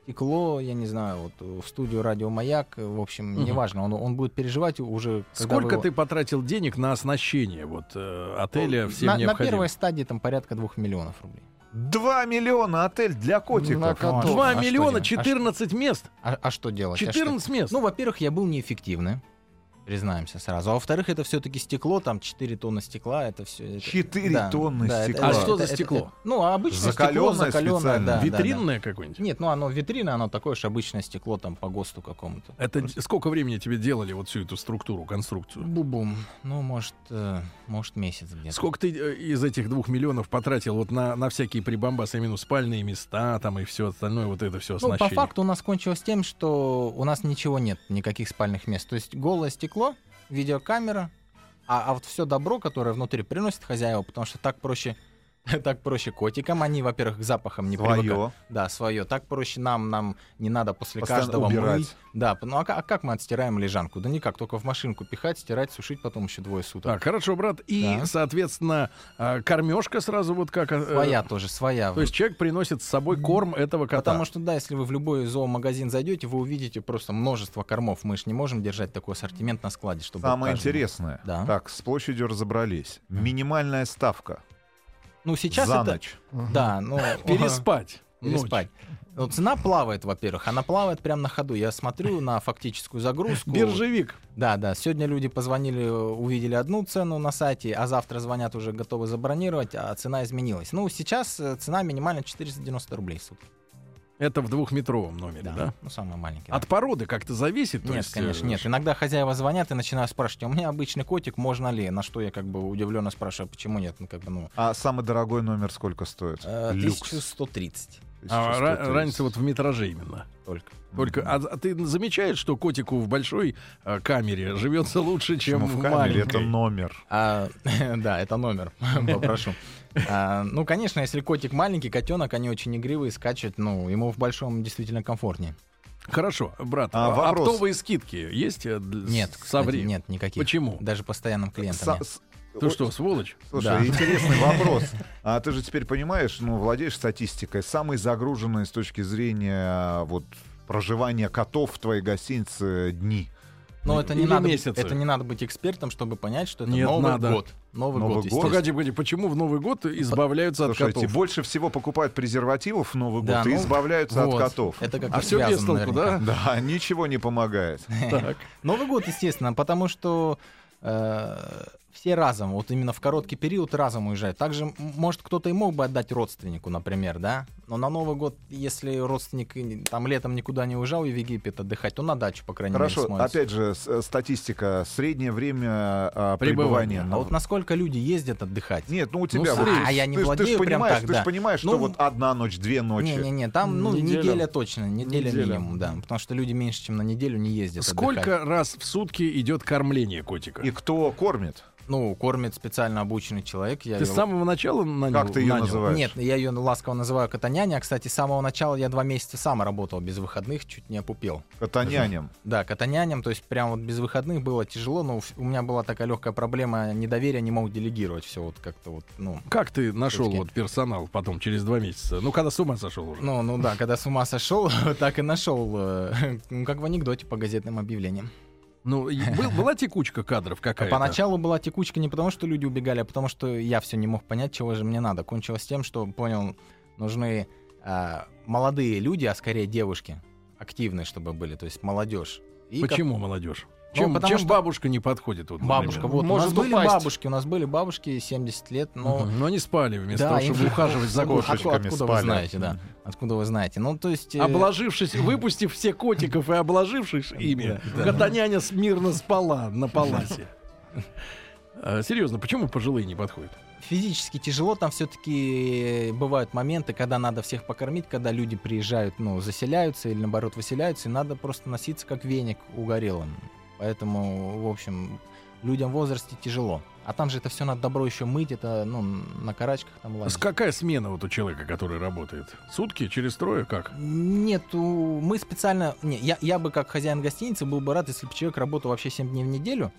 S4: Стекло, я не знаю, вот э, в студию радио Маяк, э, в общем,
S2: Мгм.
S4: неважно, он, он будет переживать уже... когда вы
S2: Сколько
S4: его-
S2: ты потратил денег на оснащение вот э, отеля всем
S4: Ну, на, на
S2: необходимым?
S4: первой стадии там порядка 2 миллионов рублей.
S3: 2 миллиона отель для
S5: На
S3: котиков.
S5: ко-
S4: а
S2: 2
S4: что
S2: миллиона
S4: делать? А что-
S2: 14 мест.
S4: А, а что делать? А что-
S2: 14 мест.
S4: Ну, во-первых, я был неэффективным, признаемся сразу. А во-вторых, это все-таки стекло, там 4 тонны стекла, это все...
S3: 4 тонны стекла.
S2: А что за стекло?
S4: ну, обычное стекло,
S3: Закалённое
S4: закаленное,
S3: специально?
S4: да, да, да.
S2: Витринное какое-нибудь?
S4: Нет, ну оно витрина, оно такое же обычное стекло там по ГОСТу какому-то.
S2: Это д- сколько времени тебе делали вот всю эту структуру, конструкцию?
S4: Бу-бум. Ну, может, э, может месяц где-то.
S2: Сколько ты э, из этих двух миллионов потратил вот на, на всякие прибамбасы, именно спальные места там и все остальное, вот это все
S4: Ну,
S2: оснащение?
S4: по факту у нас кончилось тем, что у нас ничего нет, никаких спальных мест. То есть голое стекло, видеокамера, а, а вот все добро, которое внутри приносит хозяева, потому что так проще, <laughs> так проще котикам, они, во-первых, к запахам не привыкают.
S3: Твое.
S4: Да, свое. Так проще нам, нам не надо после
S3: Постоянно
S4: каждого
S3: убирать.
S4: мыть. Да, ну а, ка- а как мы отстираем лежанку? Да никак, только в машинку пихать, стирать, сушить потом еще двое суток.
S2: Так, хорошо, брат. И,
S4: Да.
S2: соответственно, кормежка сразу вот как... э,
S4: Своя тоже, своя.
S2: То есть человек приносит с собой корм этого кота.
S4: Потому что, да, если вы в любой зоомагазин зайдете, вы увидите просто множество кормов. Мы же не можем держать такой ассортимент на складе, чтобы...
S3: Самое
S4: каждому.
S3: интересное.
S4: Да.
S3: Так, с площадью разобрались. Минимальная ставка
S4: Ну, сейчас
S3: за
S4: это...
S3: ночь. <laughs>
S4: Да, ну...
S2: Переспать. ночью.
S4: Переспать. Ну, цена плавает, во-первых. Она плавает прямо на ходу. Я смотрю на фактическую загрузку.
S2: Биржевик.
S4: Да, да. Сегодня люди позвонили, увидели одну цену на сайте, а завтра звонят уже готовы забронировать, а цена изменилась. Ну, сейчас э, цена минимально 490 рублей в сутки.
S2: Это в двухметровом номере, да? А
S4: Ну, самая маленькая.
S2: От породы как-то зависит? то
S4: Нет,
S2: есть, э,
S4: конечно, нет. Иногда хозяева звонят и начинают спрашивать, а у меня обычный котик, можно ли? На что я как бы удивленно спрашиваю, почему нет? Ну, как бы, ну,
S3: А самый дорогой номер сколько стоит?
S4: э,
S3: Люкс.
S4: 1130
S2: А, ра-
S3: 1130.
S2: разница вот в метраже именно.
S4: только.
S2: Только, а, а ты замечаешь, что котику в большой э, камере живется лучше, чем
S3: Почему
S2: в,
S3: в камере
S2: маленькой?
S3: это номер.
S4: А, <laughs> да, это номер, <laughs> попрошу. А, ну, конечно, если котик маленький, котенок, они очень игривые, скачут, ну, ему в большом действительно комфортнее.
S2: Хорошо, брат.
S3: А,
S2: а
S3: вопрос.
S2: оптовые скидки есть? э, для-
S4: Нет,
S2: с-
S4: кстати,
S2: совре-
S4: нет, никаких.
S2: Почему?
S4: Даже постоянным клиентам.
S3: Са-
S4: нет.
S3: с-
S2: Ты
S3: Ой,
S2: что, сволочь?
S3: Слушай,
S4: Да.
S3: интересный
S4: <laughs>
S3: вопрос. А ты же теперь понимаешь, ну, владеешь статистикой, самые загруженные с точки зрения вот проживания котов в твоей гостинице дни.
S4: Но это не,
S2: Или
S4: надо, быть-
S2: месяцы.
S4: это не надо быть экспертом, чтобы понять, что это
S2: Нет,
S4: Новый
S2: надо.
S4: год. Новый,
S3: Новый
S4: год,
S3: год?
S4: естественно.
S2: Погоди, погоди, почему в Новый год избавляются от
S3: Слушайте,
S2: котов?
S3: больше всего покупают презервативов в Новый
S4: Да,
S3: год и
S4: ну,
S3: избавляются
S4: Вот.
S3: от котов.
S4: Это как
S2: А все без толку, да?
S3: <laughs> Да, ничего не помогает.
S2: Так.
S4: Новый год, естественно, потому что э, все разом, вот именно в короткий период разом уезжают. Также, м, может, кто-то и мог бы отдать родственнику, например, да? Но на Новый год, если родственник и не- там летом никуда не уезжал и в Египет отдыхать, то на дачу, по крайней
S3: Хорошо,
S4: мере, смотрится.
S3: опять же, с- э, статистика, среднее время а,
S2: Пребывания.
S3: пребывания.
S4: А вот насколько люди ездят отдыхать?
S3: Нет, ну у
S4: Ну,
S3: тебя вот...
S4: смотри,
S3: ты ж-
S4: а я не
S3: ты ж- ты ж
S4: владею прям
S3: понимаешь,
S4: так,
S3: ты ж
S4: да.
S3: понимаешь, что
S4: Ну,
S3: вот одна ночь, две ночи.
S4: Не-не-не, там, ну,
S5: Неделя.
S4: неделя, точно, неделя,
S5: Неделя.
S4: минимум, да. Потому что люди меньше, чем на неделю не ездят отдыхать.
S2: Сколько раз в сутки идет кормление котика?
S3: И кто кормит?
S4: Ну, кормит специально обученный человек. Я
S2: Ты с
S4: его-
S2: самого начала нанял?
S3: Как ты ее
S2: нанял?
S3: называешь?
S4: Нет, я ее ласково называю Катаняня. Кстати, с самого начала я два месяца сам работал без выходных, чуть не опупел.
S3: Катанянем.
S4: Да, Катанянем, то есть прям вот без выходных было тяжело, но у у меня была такая легкая проблема недоверия, не мог делегировать все вот как-то вот, ну...
S2: Как ты нашел
S4: Котики.
S2: вот персонал потом, через два месяца? Ну, когда с ума сошел уже.
S4: Ну, ну да, когда с ума сошел, <laughs> так и нашел, э, <laughs> ну, как в анекдоте по газетным объявлениям.
S2: Ну, и был- была текучка кадров
S4: А
S2: какая-то?
S4: Поначалу была текучка не потому, что люди убегали, а потому, что я все не мог понять, чего же мне надо. Кончилось тем, что понял, нужны а, молодые люди, а скорее девушки активные, чтобы были, то есть молодежь. И как-
S2: Почему молодежь?
S4: Ну,
S2: Чем,
S4: потому
S2: чем
S4: что-
S2: бабушка не подходит? Вот, например?
S4: Бабушка, вот,
S5: Может
S4: у нас были
S5: упасть.
S4: бабушки, у нас были бабушки 70 лет, но...
S2: Мгм. Но они спали вместо
S4: Да,
S2: того,
S4: им-
S2: чтобы ухаживать за
S4: <laughs> Откуда-
S2: кошечкой.
S3: кошечками
S4: Откуда
S3: спали.
S4: вы знаете, да. Откуда вы знаете. Ну, то есть... э,
S2: А Обложившись, выпустив все котиков и обложившись ими, Катаняня смирно спала на паласе. А, Серьезно, почему пожилые не подходят?
S4: Физически тяжело, там все-таки бывают моменты, когда надо всех покормить, когда люди приезжают, ну, заселяются или наоборот выселяются, и надо просто носиться как веник угорелым. Поэтому, в общем, людям в возрасте тяжело. А там же это все надо добро еще мыть, это, ну, на карачках там
S2: С
S4: лазить.
S2: какая смена вот у человека, который работает? Сутки, через трое, как?
S4: Нет, у- мы специально... Не, я, я бы как хозяин гостиницы был бы рад, если бы человек работал вообще 7 дней
S2: <laughs>
S4: в неделю.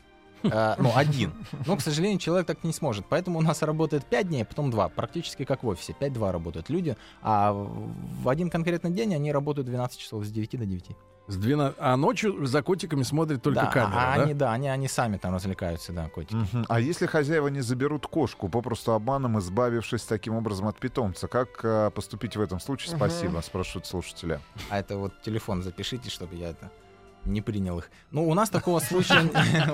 S4: Э, ну, один. Но, к сожалению, человек так не сможет. Поэтому у нас работает 5 дней, а потом 2. Практически как в офисе. 5-2 работают люди. А в в один конкретный день они работают 12 часов с 9 до 9.
S2: С 12... А ночью за котиками смотрит только
S4: да,
S2: камера,
S4: а
S2: да?
S4: они, да, они, они сами там развлекаются, да, котики.
S3: Мгм. А если хозяева не заберут кошку, попросту обманом избавившись таким образом от питомца, как э, поступить в этом случае?
S5: Мгм.
S3: Спасибо, спрашивают слушателя.
S4: А это вот телефон запишите, чтобы я это не принял их. Ну, у нас такого случая...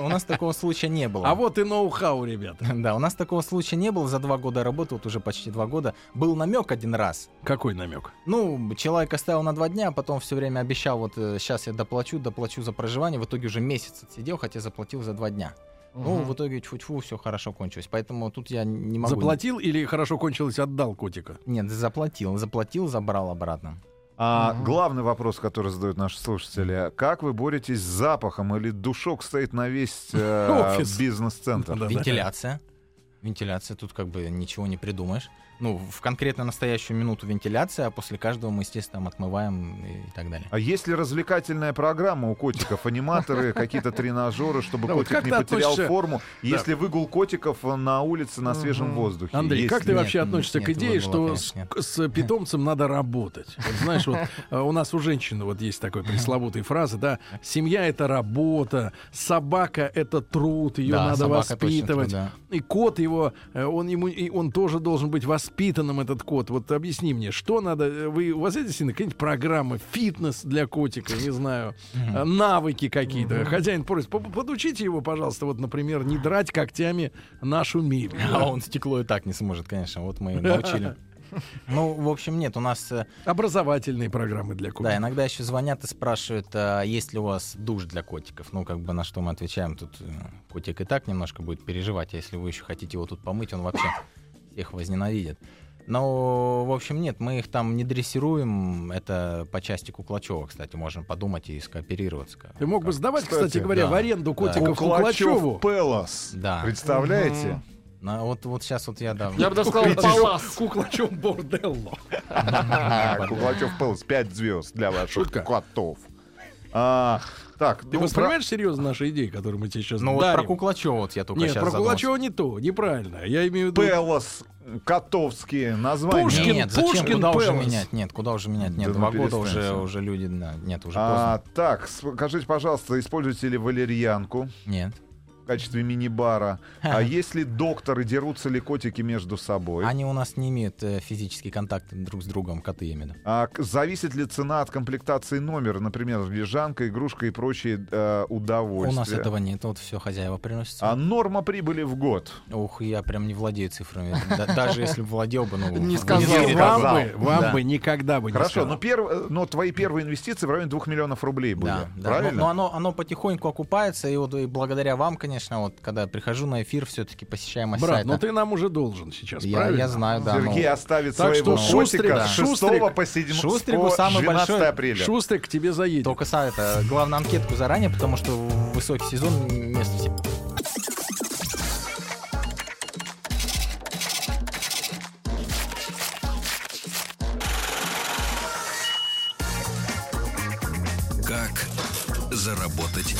S4: <laughs> У нас такого случая не было.
S2: А вот и ноу-хау, ребята.
S4: <laughs> Да, у нас такого случая не было. За два года работал, вот уже почти два года. Был намек один раз.
S2: Какой намек?
S4: Ну, человек оставил на два дня, а потом все время обещал, вот сейчас я доплачу, доплачу за проживание. В итоге уже месяц отсидел, хотя заплатил за два дня. Ну, в итоге чуть-чуть все хорошо кончилось. Поэтому тут я не могу...
S2: Заплатил или хорошо кончилось, отдал котика?
S4: Нет, заплатил. Заплатил, забрал обратно.
S3: А
S5: Мгм.
S3: главный вопрос, который задают наши слушатели, как вы боретесь с запахом или душок стоит на весь <laughs> э,
S2: Офис.
S3: бизнес-центр?
S2: Да-да.
S4: Вентиляция. Вентиляция, тут как бы ничего не придумаешь. Ну, в конкретно настоящую минуту вентиляция, а после каждого мы, естественно, там отмываем и и так далее.
S3: А есть ли развлекательная программа у котиков, <laughs> аниматоры, какие-то тренажеры, чтобы
S2: Да, вот
S3: котик
S2: как
S3: не
S2: ты
S3: потерял
S2: относишься-
S3: форму, если выгул котиков на улице на свежем
S5: Мгм.
S3: воздухе?
S2: Андрей,
S3: Есть
S2: как ты
S3: ли?
S4: Нет,
S2: вообще
S4: нет,
S2: относишься к
S4: нет,
S2: идее,
S4: вот
S2: что
S4: было,
S2: с,
S4: конечно,
S2: с питомцем надо работать? Вот знаешь, вот э, у нас у женщины вот есть такой пресловутой фраза, да, семья это работа, собака это труд, ее
S4: Да,
S2: надо
S4: собака точно
S2: воспитывать,
S4: туда.
S2: и кот его, э, он ему, и он тоже должен быть воспитанным этот кот. Вот объясни мне, что надо, э, вы у вас есть действительно какие-нибудь программы, фитнес для котика, не знаю, э, навыки какие-то. Хозяин просит, «По- подучите его, пожалуйста, вот, например, не драть когтями нашу
S4: <laughs>
S2: мебель.
S4: А он стекло и так не сможет, конечно. Вот мы и научили. <laughs> Ну, в общем, нет, у нас... э,
S2: Образовательные программы для
S4: Да,
S2: котиков.
S4: иногда еще звонят и спрашивают, а есть ли у вас душ для котиков. Ну, как бы на что мы отвечаем, тут э, котик и так немножко будет переживать, а если вы еще хотите его тут помыть, он <laughs> вообще всех возненавидит. Но, в общем, нет, мы их там не дрессируем. Это по части Куклачева, кстати, можем подумать и скооперироваться.
S2: Ты мог бы сдавать, кстати,
S3: Кстати,
S2: говоря,
S4: да,
S2: в аренду
S4: да.
S2: котиков
S3: Куклачев
S2: Куклачеву.
S3: Пелос.
S4: Да.
S3: Представляете?
S4: На- вот, вот сейчас вот я да.
S5: Я бы даже сказал, палас.
S2: Куклачев Борделло.
S3: Ага, Куклачев Пелос. Пять звезд для ваших
S2: Шутка.
S3: котов. А, Так,
S2: Ты
S3: ну,
S2: воспринимаешь серьезно наши идеи, которые мы тебе сейчас
S4: Ну вот про
S2: дарим?
S4: Куклачева вот я только
S2: Нет,
S4: сейчас
S2: про
S4: задумался.
S2: Кулачева не то, неправильно. Я имею в
S3: про
S2: виду...
S3: Пелос, Котовские, названия.
S2: Пушкин.
S4: Нет, нет, зачем?
S2: Пушкин,
S4: куда уже
S2: Пелос.
S4: менять? Нет, куда уже менять? Нет,
S3: Да
S4: два
S3: ну,
S4: года
S3: перестань
S4: уже,
S3: всё.
S4: уже люди, да, нет, уже
S3: А, так, скажите, пожалуйста, используете ли валерьянку
S4: поздно. Нет.
S3: в качестве мини-бара? А если докторы дерутся ли котики между собой?
S4: Они у нас не имеют э, физический контакт друг с другом, коты именно.
S3: А, к- зависит ли цена от комплектации номера, например, лежанка, игрушка и прочие э,
S4: У
S3: удовольствия?
S4: нас этого нет, вот все хозяева приносят.
S3: А норма прибыли в год?
S2: А?
S4: Ух, я прям не владею цифрами. Да- Даже если бы владел бы, ну...
S5: Не
S2: Вам
S5: сказал.
S3: Не сказал.
S2: бы, вам
S4: Да.
S2: бы никогда бы не
S3: Хорошо,
S2: сказал.
S3: ну, но, перв... но твои первые инвестиции в районе 2 миллионов рублей были,
S4: Да, да.
S3: правильно?
S4: Но, но оно, оно потихоньку окупается, и вот и благодаря вам, конечно, вот когда прихожу на эфир, все-таки посещаемость
S2: Брат,
S4: сайта.
S2: ну ты нам уже должен сейчас,
S4: я,
S2: правильно? а
S4: я знаю, да.
S3: Сергей
S4: ну,
S3: оставит
S2: Так
S3: своего
S2: что Шустрик,
S3: котика с 6
S2: Шустрик,
S3: по 7
S4: Шустрику
S3: по
S4: самый
S3: 12
S4: большой-
S3: апреля.
S2: Шустрик к тебе заедет.
S4: Только са- это, главное, анкетку заранее, потому что в высокий сезон место все.
S1: Как заработать?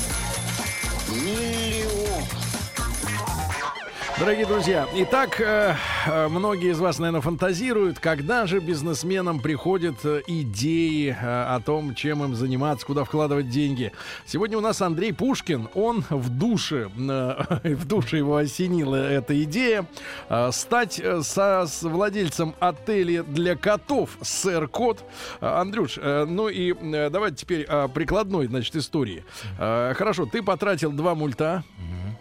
S2: Дорогие друзья, итак, э, э, многие из вас, наверное, фантазируют, когда же бизнесменам приходят э, идеи э, о том, чем им заниматься, куда вкладывать деньги. Сегодня у нас Андрей Пушкин, он в душе, э, <laughs> в душе его осенила эта идея, э, стать э, со, с владельцем отеля для котов «Сэр Кот». Э, Андрюш, э, ну и э, давайте теперь о прикладной, значит, истории. Э, хорошо, ты потратил два мульта,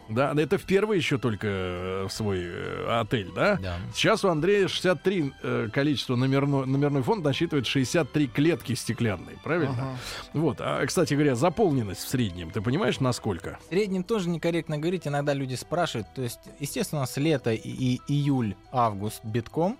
S2: да, да это в первый еще только э, в свой э, отель, да?
S4: Да.
S2: Сейчас у Андрея 63 э, количество номерной, номерной фонд насчитывает 63 клетки стеклянные, правильно? Вот, а, кстати говоря, заполненность в среднем, ты понимаешь, насколько?
S4: В среднем тоже некорректно говорить, иногда люди спрашивают. То есть, естественно, у нас лето и, и июль, август битком,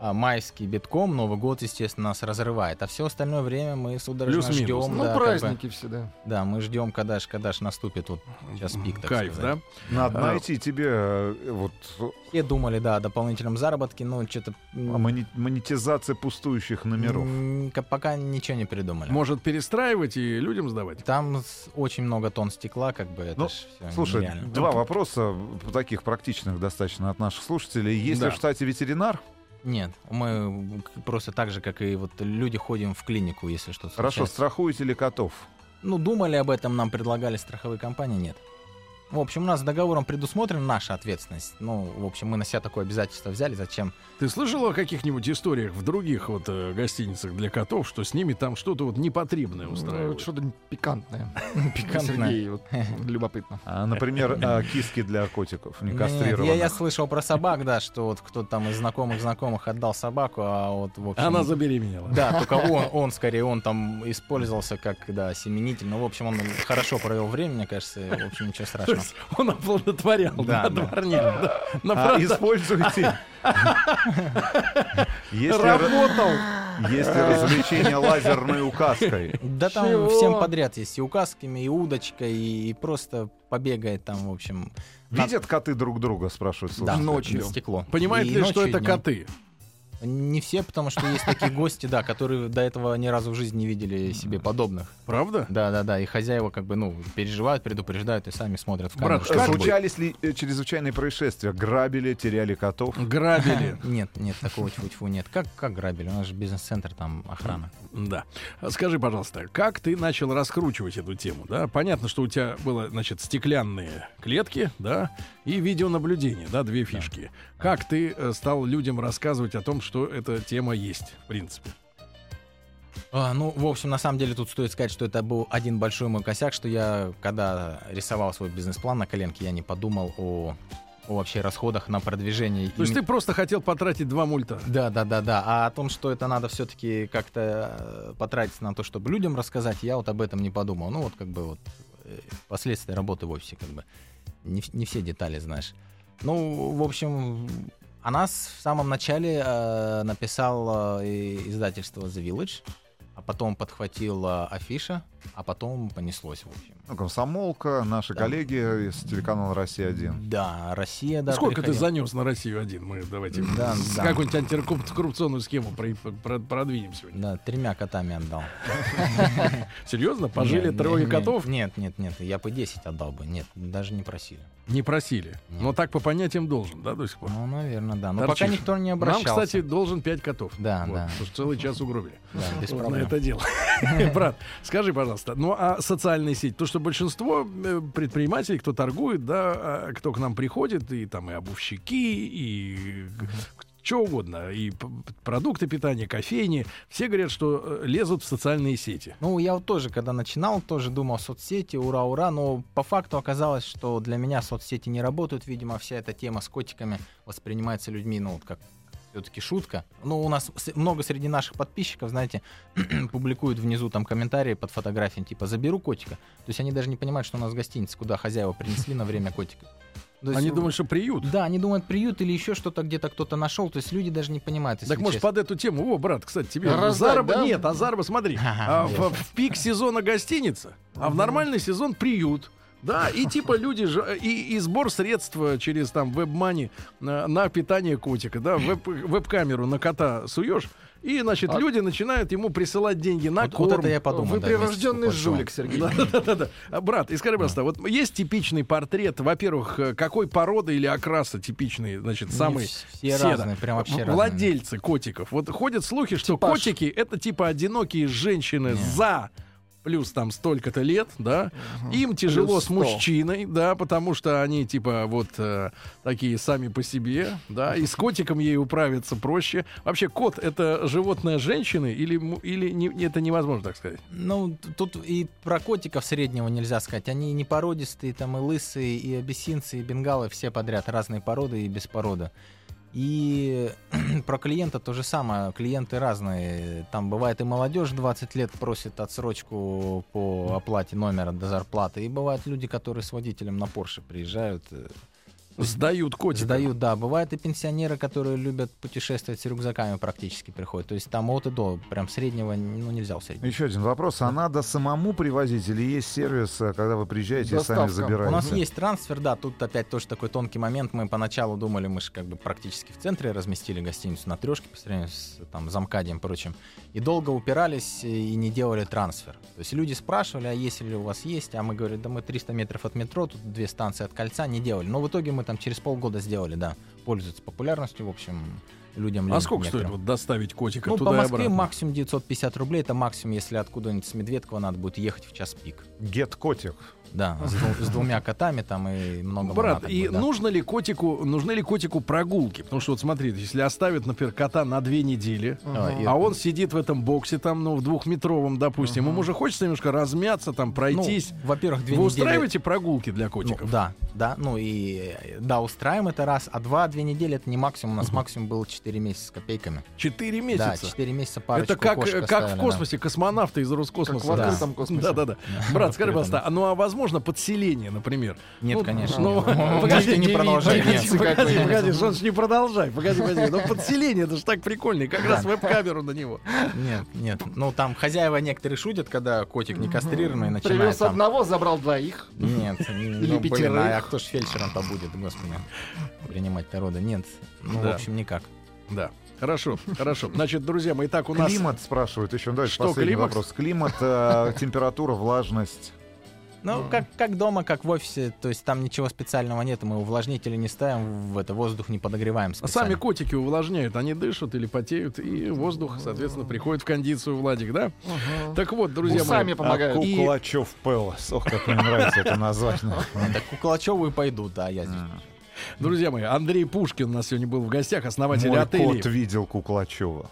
S4: а майский битком, Новый год, естественно, нас разрывает. А все остальное время мы судорожно
S2: Плюс-минус.
S4: ждем.
S5: Ну,
S4: да, как бы-
S5: праздники всегда.
S4: да, мы ждем, когда ж, когда ж наступит вот сейчас пик, так
S2: Кайф,
S4: сказать.
S2: да?
S3: Надо
S2: А.
S3: найти тебе э, вот
S4: Все думали, да, о дополнительном заработке, но что-то...
S3: мони- монетизация пустующих номеров.
S4: Пока ничего не придумали.
S2: Может перестраивать и людям сдавать?
S4: Там с- очень много тонн стекла, как бы это
S3: Ну,
S4: ж всё
S3: Слушай,
S4: нереально.
S3: два вопроса э, таких практичных достаточно от наших слушателей. Есть
S2: Да.
S3: ли в штате ветеринар?
S4: Нет, мы к- просто так же, как и вот люди ходим в клинику, если что-то
S3: Хорошо,
S4: случается.
S3: страхуете ли котов?
S4: Ну, думали об этом, нам предлагали страховые компании, нет. В общем, у нас договором предусмотрена наша ответственность. Ну, в общем, мы на себя такое обязательство взяли. Зачем?
S2: Ты слышал о каких-нибудь историях в других вот э, гостиницах для котов, что с ними там что-то вот непотребное
S5: Ну, вот
S2: устраивают?
S5: Что-то
S4: <laughs>
S5: пикантное.
S4: Пикантное.
S5: Сергей, вот,
S4: <laughs>
S5: любопытно.
S3: А, Например, <laughs> э, киски для котиков, не
S4: Нет, я, я
S3: кастрированных.
S4: слышал про собак, да, что вот кто-то там из знакомых знакомых отдал собаку, а вот в общем.
S2: Она забеременела.
S4: Да, только он, он скорее, он там использовался как, да, семенитель. Ну, в общем, он хорошо провел время, мне кажется, и, в общем, ничего
S2: То
S4: страшного.
S2: есть он оплодотворял
S4: Да,
S2: на
S4: да.
S2: дворне. да, на
S3: А,
S2: продаже.
S3: <laughs> Используйте. Если ра-
S2: Работал.
S3: <laughs> если развлечение лазерной указкой.
S4: Да там
S5: Чего?
S4: всем подряд есть, и указками, и удочкой, и, и просто побегает там, в общем,
S3: Видят коты друг друга, спрашивают
S4: да,
S3: слушатели.
S4: ночью стекло.
S2: Понимает
S4: И
S2: ли, что
S4: ночью, и
S2: это
S4: днём.
S2: коты?
S4: Не все, потому что есть
S2: <laughs>
S4: такие гости, да, которые до этого ни разу в жизни не видели себе подобных.
S2: Правда?
S4: Да-да-да, и хозяева как бы, ну, переживают, предупреждают и сами смотрят в камеру.
S2: Брат,
S4: что
S3: Э,
S4: будет.
S3: Случались ли э, чрезвычайные происшествия? Грабили, теряли котов?
S4: <laughs>
S2: Грабили.
S4: Нет, нет, такого тьфу-тьфу нет. Как, как грабили? У нас же бизнес-центр, там охрана.
S2: Да. Скажи, пожалуйста, как ты начал раскручивать эту тему? Да, понятно, что у тебя было, значит, стеклянные клетки, да, и видеонаблюдение, да, две фишки. Как ты э, стал людям рассказывать о том, что эта тема есть, в принципе?
S4: А, ну, в общем, на самом деле тут стоит сказать, что это был один большой мой косяк, что я, когда рисовал свой бизнес-план на коленке, я не подумал о, о вообще расходах на продвижение.
S2: То есть ты просто хотел потратить два мульта.
S4: Да, да, да, да. А о том, что это надо все-таки как-то э, потратить на то, чтобы людям рассказать, я вот об этом не подумал. Ну, вот как бы вот э, последствия работы в офисе, как бы. Не, в- не все детали знаешь. Ну, в общем, о нас в самом начале э, написал э, и- издательство The Village. А потом подхватила афиша, а потом понеслось, в общем.
S3: Ну, комсомолка, наши
S4: Да.
S3: коллеги из телеканала «Россия-1».
S4: Да, Россия, да.
S2: Ну, Сколько ты
S4: приходила.
S2: занес на Россию один? Мы давайте
S4: Да,
S2: с
S4: да.
S2: какую-нибудь антикоррупционную схему про- про- продвинем сегодня.
S4: Да, тремя котами отдал.
S2: Серьезно? Пожили
S4: Не, не,
S2: трое
S4: не,
S2: котов?
S4: Нет, нет, нет, я по 10 отдал бы. Нет, даже не просили.
S2: Не просили.
S4: Нет.
S2: Но так по понятиям должен, да, до сих пор?
S4: Ну, наверное, да. Но
S2: Торчишь.
S4: пока никто не
S2: Нам,
S4: обращался.
S2: кстати, должен пять котов.
S4: Да,
S2: Вот,
S4: да.
S2: Потому что целый час угробили.
S4: Да, без
S2: Вот
S4: проблем.
S2: на это дело. <laughs> Брат, скажи, пожалуйста, ну а социальные сети? То, что большинство э, предпринимателей, кто торгует, да, а, кто к нам приходит, и там и обувщики, и что угодно, и п- п- продукты питания, кофейни, все говорят, что э, лезут в социальные сети.
S4: Ну, я вот тоже, когда начинал, тоже думал соцсети, ура-ура, но по факту оказалось, что для меня соцсети не работают. Видимо, вся эта тема с котиками воспринимается людьми, ну, вот как все-таки шутка. Ну, у нас с- много среди наших подписчиков, знаете, <clears throat> публикуют внизу там комментарии под фотографией, типа, заберу котика. То есть они даже не понимают, что у нас гостиница, куда хозяева принесли на время котика. То есть,
S2: Они
S4: э,
S2: думают, что приют.
S4: Да, они думают приют или еще что-то где-то кто-то нашел. То есть люди даже не понимают. если
S2: Так может
S4: честно.
S2: под эту тему, о, брат, кстати, тебе
S5: Раздать,
S2: зараба
S5: да?
S2: нет, а зараба, смотри,
S4: Ага,
S2: а, в, в пик сезона гостиница, а в нормальный сезон приют. Да, и типа люди же и, и сбор средств э, через там веб-мани на, на питание котика, да, веб, э, веб-камеру на кота суешь, и значит
S5: А-
S2: люди начинают ему присылать деньги на
S4: Вот-
S2: корм.
S4: вот это я подумал.
S5: Вы
S4: да, вместе с
S5: прирожденный
S4: Купальцевым.
S5: жулик,
S2: <laughs>
S5: Сергей.
S2: Да, да, да, да. А, Брат, и скажи, пожалуйста, вот есть типичный портрет, во-первых, э, какой породы или окраса типичный, значит,
S4: Не
S2: самый
S4: вс- все
S2: да.
S4: разные, прям вообще
S2: В-
S4: разные.
S2: Владельцы котиков. Вот ходят слухи, что
S5: Типаж.
S2: котики это типа одинокие женщины
S4: Не.
S2: за плюс там столько-то лет, да. Им тяжело
S5: Плюс
S2: с
S5: сто.
S2: мужчиной, да, потому что они типа вот э, такие сами по себе, да, и с котиком ей управиться проще. Вообще кот это животное женщины или му- или не- это невозможно так сказать?
S4: Ну, т- тут и про котиков среднего нельзя сказать. Они и не породистые, там и лысые, и абиссинцы, и бенгалы, все подряд, разные породы и без породы. И <clears throat> про клиента то же самое. Клиенты разные. Там бывает и молодежь 20 лет просит отсрочку по оплате номера до зарплаты. И бывают люди, которые с водителем на Порше приезжают. э,
S2: Сдают котика.
S4: Сдают, да. Бывают и пенсионеры, которые любят путешествовать с рюкзаками практически приходят. То есть там от и до, прям среднего, ну нельзя у среднего.
S3: Еще один вопрос. А надо самому привозить или есть сервис, э, когда вы приезжаете и сами
S5: Доставка.
S3: забираете?
S4: У нас есть трансфер, да, тут опять тоже такой тонкий момент. Мы поначалу думали, мы же как бы практически в центре разместили гостиницу на трешке по сравнению с там замкадием и прочим. И долго упирались и не делали трансфер. То есть люди спрашивали, а если ли у вас есть, а мы говорили, да мы 300 метров от метро, тут две станции от кольца, не делали. Но в итоге мы там через полгода сделали, да. Пользуются популярностью, в общем, людям.
S2: А сколько стоит
S4: некоторым.
S2: вот доставить котика
S4: Ну,
S2: а туда
S4: по
S2: и
S4: Москве
S2: обратно?
S4: максимум 950 рублей, это максимум, если откуда-нибудь с Медведкова надо будет ехать в час пик.
S3: Get котик.
S4: Да, с, дву- с двумя котами там и много
S2: Брат,
S4: монаток
S2: и ну,
S4: будет, да.
S2: нужно ли котику, нужны ли котику прогулки? Потому что вот смотри, если оставят, например, кота на две недели,
S4: А, и-
S2: а он сидит в этом боксе там, ну, в двухметровом, допустим, ему же хочется немножко размяться, там,
S4: ну,
S2: пройтись.
S4: во-первых, две
S2: Вы
S4: недели-
S2: устраиваете прогулки для
S4: Ну,
S2: котиков?
S4: да, да, ну и э, да, устраиваем это раз, а два, две недели это не максимум, у нас максимум было 4 месяца с копейками.
S2: Четыре месяца.
S4: Да, 4 месяца парочку
S2: Это как,
S4: кошек
S2: э, как
S4: оставили,
S2: в
S4: да.
S2: космосе, космонавты из
S5: Как
S2: Роскосмоса.
S5: в открытом космосе.
S2: Да, да,
S4: <laughs>
S2: да. Брат, скажи,
S4: Открытом,
S2: пожалуйста, а ну а возможно подселение, например?
S4: Нет,
S2: Ну,
S4: конечно. <laughs>
S2: ну,
S4: нет.
S2: <laughs>
S4: Подожди, не продолжай.
S5: Погоди,
S4: нет.
S5: Птицы
S2: Погоди,
S5: какой-нибудь.
S2: погоди, Жорж, не продолжай. Погоди, погоди. Но подселение, это же так прикольно. И как раз веб-камеру на него.
S4: Нет, нет. Ну там хозяева некоторые шутят, когда котик не кастрированный начинает
S5: Привез
S4: там
S5: одного, забрал двоих.
S4: Нет,
S5: Или
S4: ну, блин,
S5: пятерых.
S4: а а кто ж фельдшером-то будет, господи, принимать народа? Нет, ну,
S2: Да.
S4: в общем, никак.
S2: Да. Хорошо, хорошо. Значит, друзья мои, так у нас...
S3: Климат спрашивают еще. Дальше
S2: Что,
S3: последний
S2: климакс?
S3: вопрос. Климат, э, температура, влажность.
S4: Ну, как, как дома, как в офисе, то есть там ничего специального нет, мы увлажнители не ставим, в это воздух не подогреваем
S2: А Сами
S4: специально.
S2: котики увлажняют, они дышат или потеют, и воздух, соответственно, приходит в кондицию, Владик, да? Так вот, друзья
S5: Усами
S2: мои,
S5: помогают.
S2: а, и-
S3: Кулачев Пелос. Ох, как мне нравится это название.
S4: Так Куклачеву и пойду, да, я здесь.
S2: друзья мои, Андрей Пушкин у нас сегодня был в гостях, основатель
S3: Мой
S2: отелей.
S3: кот видел Куклачева.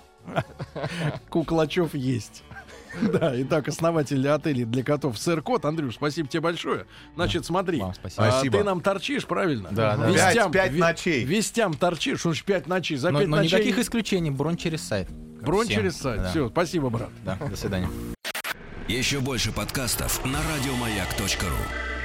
S2: Куклачев есть. <laughs> Да, итак, основатель отелей для котов Сэр Кот. Андрюш, спасибо тебе большое. Значит, смотри.
S4: Вам спасибо.
S2: а,
S3: Спасибо.
S2: Ты нам торчишь, правильно?
S4: Да, да.
S2: Вестям-
S3: Пять- пять
S2: ве-
S3: ночей.
S2: Вестям торчишь, уж пять ночей. За
S4: Но,
S2: пять
S4: но
S2: ночей
S4: никаких исключений, бронь через сайт. Как
S2: бронь
S4: всем.
S2: через сайт.
S4: Да,
S2: Все, спасибо, брат.
S4: да, до свидания.
S1: Еще больше подкастов на радиомаяк.ру.